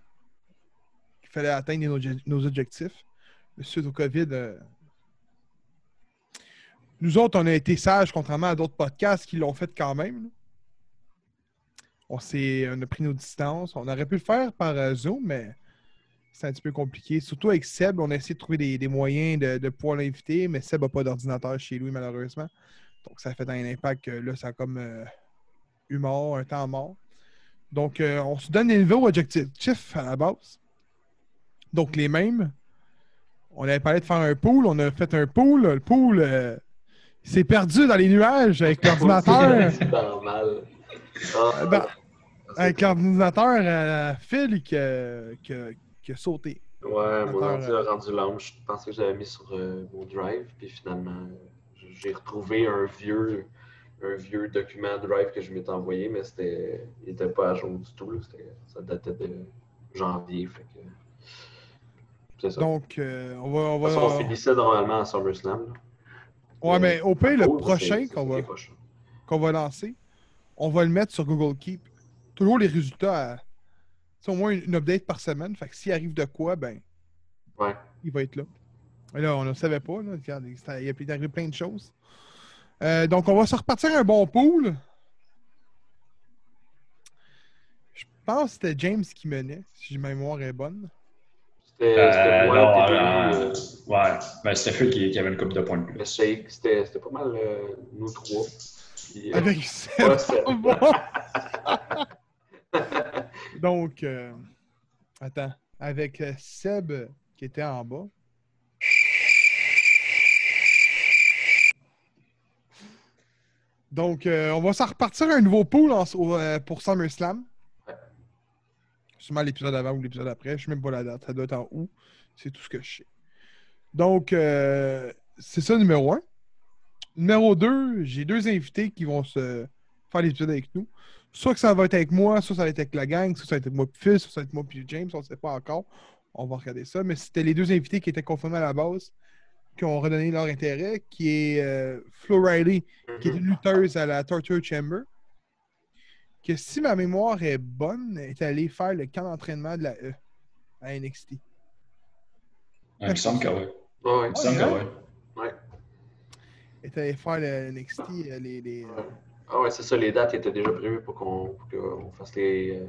B: Il fallait atteindre nos, obje- nos objectifs. Mais Suite au COVID. euh, Nous autres, on a été sages, contrairement à d'autres podcasts qui l'ont fait quand même. là. On, s'est- on a pris nos distances. On aurait pu le faire par euh, Zoom, mais c'est un petit peu compliqué. Surtout avec Seb, on a essayé de trouver des, des moyens de, de pouvoir l'inviter, mais Seb n'a pas d'ordinateur chez lui, malheureusement. Donc, ça a fait un impact que là, ça a comme euh, eu mort, un temps mort. Donc, euh, on se donne des nouveaux objectifs à la base. Donc, les mêmes. On avait parlé de faire un pool, on a fait un pool. Le pool euh, s'est perdu dans les nuages avec l'ordinateur.
C: C'est normal. Ah,
B: Ben,
C: c'est-
B: avec l'ordinateur à fil euh, qui a, qui a- qui a sauté.
C: Ouais, mon
B: Attends,
C: ordi a rendu l'âme. Je pensais que j'avais mis sur euh, mon drive, puis finalement, euh, j'ai retrouvé un vieux, un vieux document drive que je m'étais envoyé, mais c'était, il n'était pas à jour du tout. là. C'était- Ça datait de janvier. Fait que... C'est ça.
B: Donc, euh, on va. On
C: De toute
B: va
C: façon, on finissait normalement à SummerSlam. là.
B: Ouais, mais au pire, le
C: Oh,
B: prochain
C: c'est- c'est-
B: qu'on
C: c'est
B: va,
C: les prochains.
B: qu'on va lancer, on va le mettre sur Google Keep. Toujours les résultats à. C'est au moins une, une update par semaine. Fait que s'il arrive de quoi, ben,
C: Ouais.
B: il va être là. Et là, on ne le savait pas. Là. Regarde, il s'est- il est arrivé plein de choses. Euh, donc, on va se repartir un bon pool. Je pense que c'était James qui menait, si ma mémoire est bonne.
C: C'était
D: Euh,
C: c'était moi,
D: non,
C: puis lui,
D: euh,
C: euh,
D: ouais, Ben, mais c'était Phil qui, qui avait une coupe de points de plus.
C: le Shake, c'était c'était pas mal euh, nous trois. Puis, euh,
B: Avec Seb.
C: ouais, c'était-
B: Bon. Donc, euh, attends, avec euh, Seb euh, qui était en bas. Donc, euh, on va s'en repartir un nouveau pool en- au, euh, pour SummerSlam. Sûrement l'épisode avant ou l'épisode après. Je ne sais même pas la date. Ça doit être en août. C'est tout ce que je sais. Donc, euh, c'est ça numéro un. Numéro deux, j'ai deux invités qui vont se faire l'épisode avec nous. Soit que ça va être avec moi, soit ça va être avec la gang, soit ça va être avec moi puis Phil, soit ça va être moi puis James, on ne sait pas encore. On va regarder ça. Mais c'était les deux invités qui étaient confirmés à la base, qui ont redonné leur intérêt, qui est euh, Flo Riley, qui est une lutteuse à la Torture Chamber, que si ma mémoire est bonne, est allée faire le camp d'entraînement de la E à NXT.
D: Ouais, il me semble que oui.
C: Mhm. Ouais, ouais.
D: Il me semble que
B: ouais.
D: oui.
B: Est allée faire le NXT, euh, les, les, euh,
C: Ah ouais, c'est ça, les dates étaient déjà prévues pour qu'on pour qu'on fasse les, euh,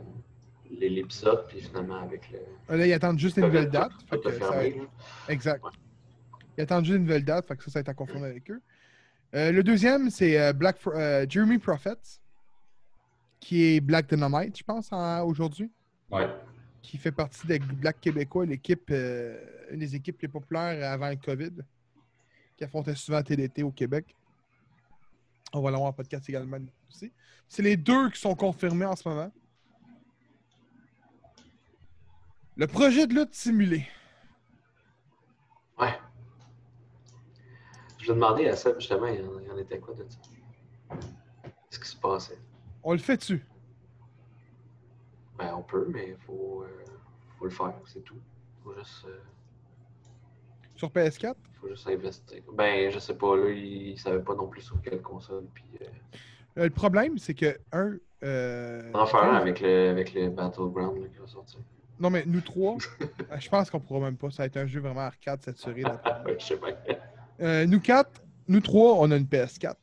C: les- l'épisode, puis finalement avec le.
B: euh, Là, ils attendent juste une
C: Covid,
B: nouvelle date.
C: tout-
B: Fait
C: tout a
B: que ça va
C: fermé,
B: être-
C: là.
B: Exact.
C: Ouais.
B: Ils attendent juste une nouvelle date, fait que ça, ça va être à confirmer avec eux. Euh, le deuxième, c'est euh, Black Fr- euh, Jeremy Prophet, qui est Black Dynamite, je pense, en- aujourd'hui,
D: Ouais.
B: qui fait partie des Black Québécois, l'équipe, euh, une des équipes les populaires avant le COVID, qui affrontait souvent TDT au Québec. On va l'avoir en podcast également aussi. C'est les deux qui sont confirmés en ce moment. Le projet de lutte simulée.
C: Ouais. Je lui ai demandé à Seb justement, il y en, il y en était quoi de ça. ce qui se passait.
B: On le fait tu
C: Ben, on peut, mais il faut, euh, faut le faire, c'est tout. Faut juste, euh,
B: Sur PS4?
C: faut juste investir. Ben, je sais pas, là, il, il savait pas non plus sur quelle console. Puis, euh,
B: Euh, le problème, c'est que, un... euh,
C: en faire un avec le, avec le Battleground là, qui va sortir.
B: Non, mais nous trois, euh, je pense qu'on pourra même pas. Ça va être un jeu vraiment arcade saturé. là.
C: Ouais, je sais pas.
B: Euh, nous quatre, nous trois, on a une PS4.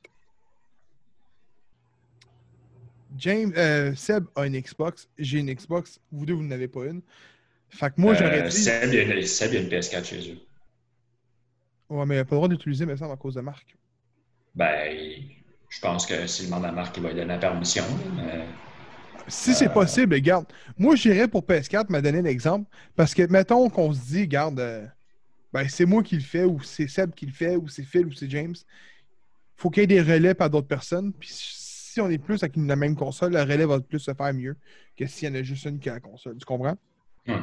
B: James, euh, Seb a une Xbox, j'ai une Xbox, vous deux, vous n'avez pas une. Fait que moi, j'aurais
D: Euh,
B: dit...
D: Seb, il y a une- Seb, il y a une PS4 chez eux.
B: Ouais, mais il a pas le droit d'utiliser, mais ça, à cause de marque.
D: Ben, il- je pense que s'il demande à Marc, il va lui donner la permission. là, mais-
B: Si c'est possible, garde. Moi, j'irais pour PS4, m'a donné l'exemple. Parce que, mettons qu'on se dit, garde, euh, ben, c'est moi qui le fais, ou c'est Seb qui le fait, ou c'est Phil, ou c'est James. faut qu'il y ait des relais par d'autres personnes. Puis si on est plus avec une- la même console, le relais va plus se faire mieux que s'il y en a juste une qui a la console. Tu comprends?
D: Hmm.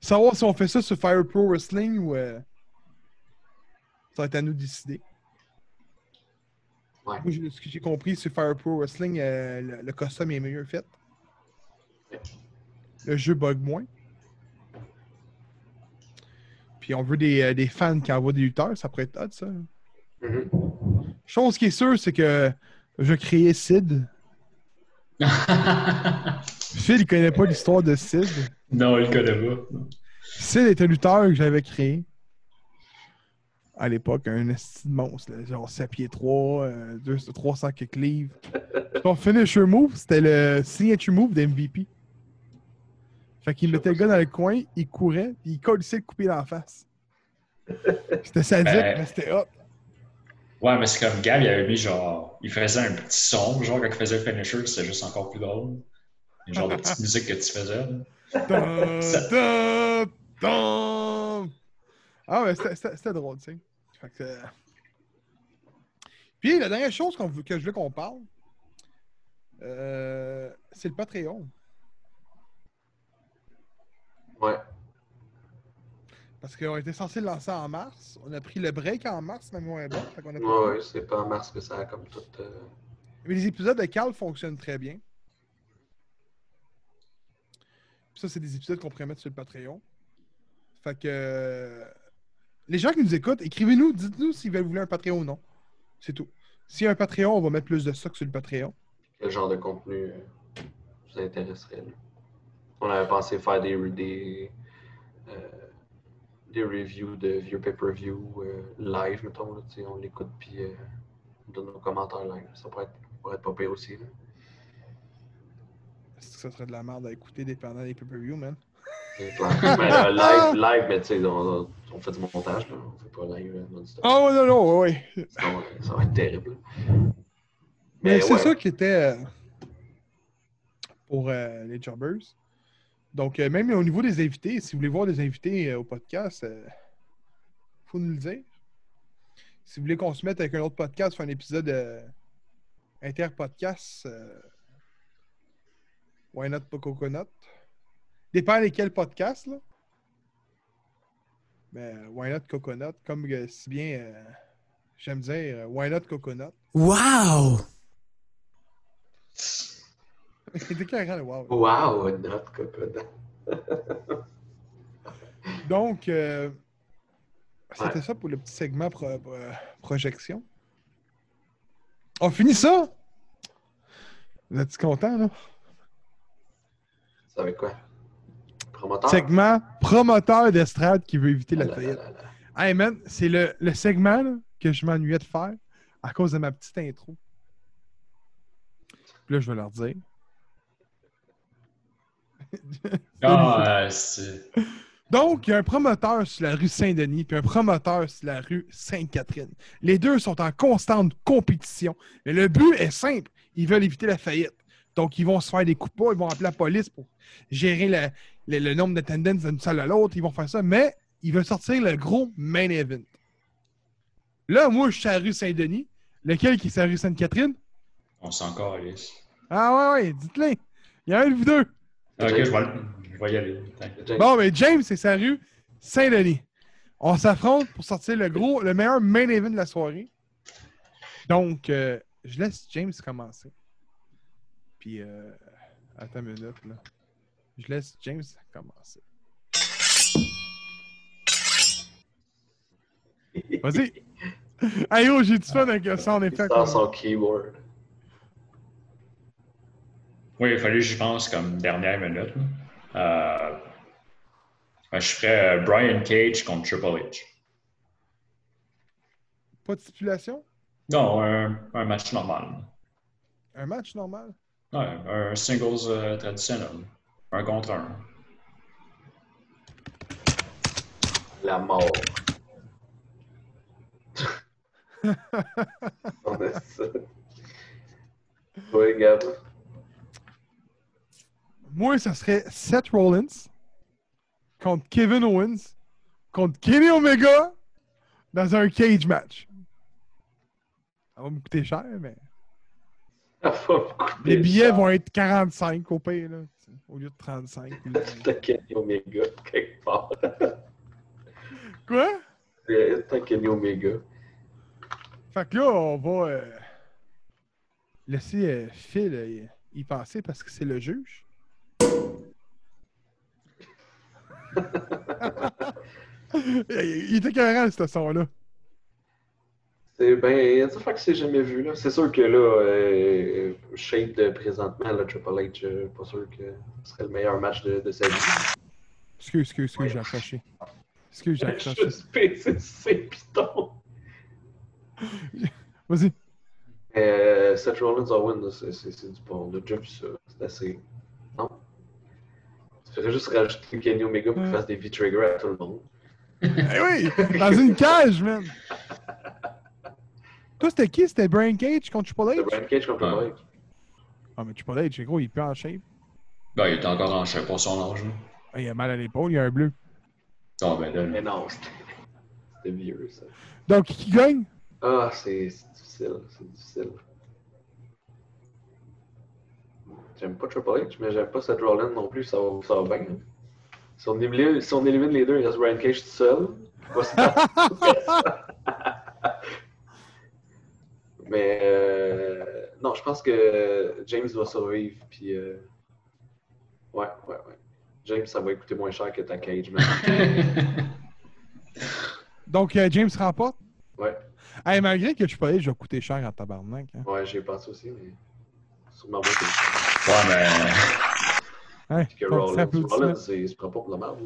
B: Savoir si on fait ça sur Fire Pro Wrestling ou. euh, ça va être à nous de décider.
C: Ouais.
B: Moi, j'ai- ce que j'ai compris, sur Fire Pro Wrestling, euh, le, le custom est mieux fait. Le jeu bug moins. Puis on veut des, euh, des fans qui envoient des lutteurs, ça pourrait être hot, ça.
C: Mhm.
B: Chose qui est sûre, c'est que je créais Sid. Phil, il connaît pas l'histoire de Sid.
D: non, il le connaît pas.
B: Sid est un lutteur que j'avais créé. À l'époque, un esti de monstre, là, genre 7 pieds euh, 3, 300 quelques livres. Son finisher move, c'était le signature move d'MVP. Fait qu'il
C: Je sais
B: mettait
C: pas
B: le gars dans le coin, il courait, puis il collait le coupé dans la face. C'était sadique,
D: Ben-
B: mais c'était hot.
D: Ouais, mais c'est comme Gab, il avait mis genre. Il faisait un petit son, genre quand il faisait le finisher, c'était juste encore plus drôle. Le Genre de petite musique que tu faisais. là.
B: Dun,
D: Ça-
B: dun, dun. Ah ouais, c'était- c'était c'était drôle, tu sais. Fait que, euh, Puis la dernière chose qu'on veut- que je veux qu'on parle, euh, c'est le Patreon.
C: Ouais.
B: Parce qu'on était censé le lancer en mars. On a pris le break en mars, même on est bon. Fait qu'on a pris-
C: Ouais, ouais, c'est pas en mars que ça a comme tout. euh,
B: Mais les épisodes de Carl fonctionnent très bien. Puis ça, c'est des épisodes qu'on pourrait mettre sur le Patreon. Fait que. euh, Les gens qui nous écoutent, écrivez-nous, dites-nous s'ils veulent vouloir un Patreon ou non. C'est tout. S'il y a un Patreon, on va mettre plus de ça que sur le Patreon.
C: Quel genre de contenu euh, vous intéresserait? là? On avait pensé faire des, des, euh, des reviews de vieux pay-per-view euh, live, mettons. Là, tu sais, on l'écoute puis euh, on donne nos commentaires live. Ça pourrait être, pourrait être pas pire aussi. là.
B: Est-ce que ça serait de la merde à écouter dépendant des pay-per-view, man?
C: C'est clair. Mais, euh,
B: Ah!
C: live, live, mais tu sais, on, on- on fait du montage. Là. On fait pas live euh, non-stop.
B: Oh non, non, oui, oui.
C: Sinon, euh, ça va être terrible.
B: Mais, c'est
C: ouais.
B: ça qui était euh, pour euh, les Jobbers. Donc, euh, même au niveau des invités, si vous voulez voir des invités euh, au podcast, il faut nous le dire. Si vous voulez qu'on se mette avec un autre podcast, faire un épisode euh, inter-podcast, euh, Why Not Pas Coconut. Dépend lesquels podcasts, là. Mais euh, Why Not Coconut, comme euh, si bien euh, j'aime dire, euh, Why Not Coconut.
E: Wow.
B: C'est écœurant, le wow.
C: Wow, notre cocotte.
B: Donc, euh, c'était
C: Ouais.
B: ça pour le petit segment pro- pro- projection. On finit ça? Vous êtes content, là?
C: Ça va être quoi? Promoteur?
B: Segment promoteur d'estrade qui veut éviter
C: Ah
B: la
C: là
B: faillite.
C: là là là.
B: Hey, man, c'est le, le segment là, que je m'ennuyais de faire à cause de ma petite intro. Puis là, je vais leur dire.
D: Ah, euh, c'est.
B: Donc, il y a un promoteur sur la rue Saint-Denis puis un promoteur sur la rue Sainte-Catherine. Les deux sont en constante compétition. Mais le but est simple. Ils veulent éviter la faillite. Donc, ils vont se faire des coups de poing, ils vont appeler la police pour gérer la- le, le nombre d'attendances d'une salle à l'autre. Ils vont faire ça, mais ils veulent sortir le gros main event. Là, moi, je suis à la rue Saint-Denis. Lequel qui est sur la rue Sainte-Catherine?
D: On s'en calisse.
B: Ah ouais, ouais, dites-le. Il y en a un de vous deux.
D: Ok,
C: James.
D: je vais, je vais y aller. T'inquiète.
C: James,
B: Bon, mais James, c'est sa rue Saint-Denis. On s'affronte pour sortir le gros, le meilleur main event de la soirée. Donc, euh, je laisse James commencer. Puis, euh, attends une minute, là. Je laisse James commencer. Vas-y! hey yo, j'ai du fun avec ça, en
C: Il
B: effet.
C: sort son keyboard.
D: Oui, il fallait que j'y pense comme dernière minute. là. Euh, ben, je ferais euh, Brian Cage contre Triple H.
B: Pas de stipulation?
D: Non, un, un match normal.
B: Un match normal?
D: Ouais, un singles euh, traditionnel. Un contre un.
C: La mort. On a ça. Oui, Gab.
B: Moi, ça serait Seth Rollins contre Kevin Owens contre Kenny Omega dans un cage match. Ça va me coûter cher, mais
C: Ça va me coûter
B: les billets
C: cher.
B: vont être 45 au pire, là, tu sais, au lieu de 35. ou de-
C: C'est un Kenny Omega, quelque part.
B: Quoi?
C: C'est un Kenny Omega.
B: Fait que là, on va euh, laisser euh, Phil euh, y- y passer parce que c'est le juge. il, il était carré, ce son-là.
C: C'est ben, ça fait que c'est jamais vu là. C'est sûr que là, euh, Shade de présentement, là, Triple H, euh, pas sûr que ce serait le meilleur match de, de sa vie.
B: Excuse, excuse, excuse, j'ai accroché. Excuse, j'ai accroché.
C: Juste pisser ses pitons.
B: Vas-y.
C: Euh, Seth Rollins Owen, là, c'est- c'est c'est du bon. On a déjà vu ça. C'est assez. Non. Tu ferais juste rajouter Kenny Omega pour qu'il
B: Ouais.
C: fasse des V-Trigger à tout le monde.
B: Eh oui! Dans une cage, man! Toi, c'était qui? C'était Brian Cage contre
C: C'est
B: Triple H?
C: Brian Cage contre
D: Ouais.
C: Mike.
B: Ah, mais Triple H, c'est gros, il est plus en shape.
D: Ben, il est encore en je sais pas son âge. là.
B: Ah, il a mal à l'épaule, il a un bleu.
D: Ah, ben là,
C: Mais non, c'était c'était vieux ça.
B: Donc, qui gagne?
C: Ah, c'est c'est difficile, c'est difficile. J'aime pas Triple H, mais j'aime pas Seth Rollins non plus, ça va, ça va bien. Si on, élimine, si on élimine les deux, il reste Brian Cage tout seul. Pas ça. mais euh, non, je pense que James va survivre, puis euh, ouais, ouais, ouais. James, ça va coûter moins cher que ta cage, man.
B: Donc, euh, James remporte?
C: Ouais.
B: Hey, malgré que Triple H va coûter cher en tabarnak. Hein.
C: Ouais, j'y ai pensé aussi, mais sûrement moins que
D: Ouais, mais. euh,
B: Hein?
C: que
B: Donc,
C: Rollins.
B: ça applaudit,
C: Rollins,
B: là.
C: c'est- il se prend pas pour la merde.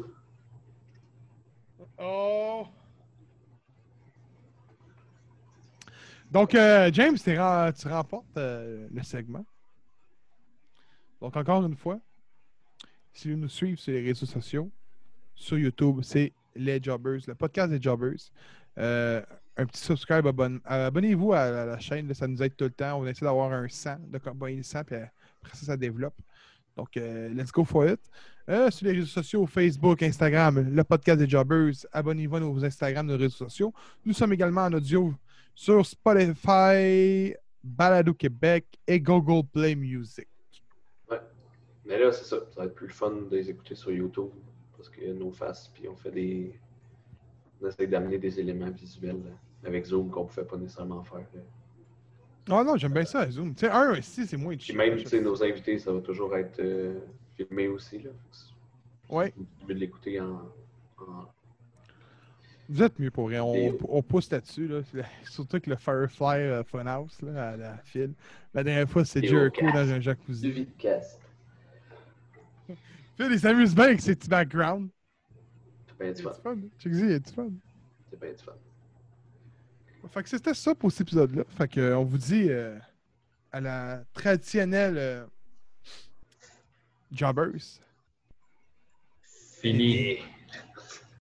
C: là.
B: Oh. Donc, euh, James, t'es ren- tu remportes euh, le segment. Donc, encore une fois, si vous nous suivez sur les réseaux sociaux, sur YouTube, c'est Les Jobbers, le podcast des Jobbers. Euh, un petit subscribe, abonne- euh, abonnez-vous à, la- la chaîne, là, ça nous aide tout le temps. On essaie d'avoir un 100, de combiner le 100, puis euh, après ça, ça développe. Donc, euh, let's go for it. Euh, sur les réseaux sociaux, Facebook, Instagram, le podcast des Jobbers. Abonnez-vous à nos Instagram, nos réseaux sociaux. Nous sommes également en audio sur Spotify, Balado Québec et Google Play Music.
C: Mais là, c'est ça. Ça va être plus le fun de les écouter sur YouTube. Parce que nos faces, puis on fait des. On essaie d'amener des éléments visuels là, avec Zoom qu'on ne pouvait pas nécessairement faire. là.
B: Ah non, j'aime bien ça, Zoom. Tu sais, un, ici, c'est moins
C: Puis
B: chill.
C: même, tu sais, nos invités, ça va toujours être euh, filmé aussi. Là. Fait que c'est
B: Ouais,
C: mieux de l'écouter en. en-
B: vous êtes mieux pour rien. On, on pousse là-dessus. Là. C'est la- Surtout que le Firefly euh, Funhouse, là, à la file. La dernière fois, c'est
C: Et
B: Jericho
C: au
B: dans
C: casque.
B: un jacuzzi.
C: Du vidcast.
B: Phil, il s'amuse bien avec ses petits backgrounds.
C: C'est bien du
B: C'est
C: fun.
B: fun. Tu dis, il est fun.
C: C'est bien du fun.
B: Fait que c'était ça pour cet épisode-là. Fait que, euh, on vous dit euh, à la traditionnelle euh, Jobbers.
D: Fini.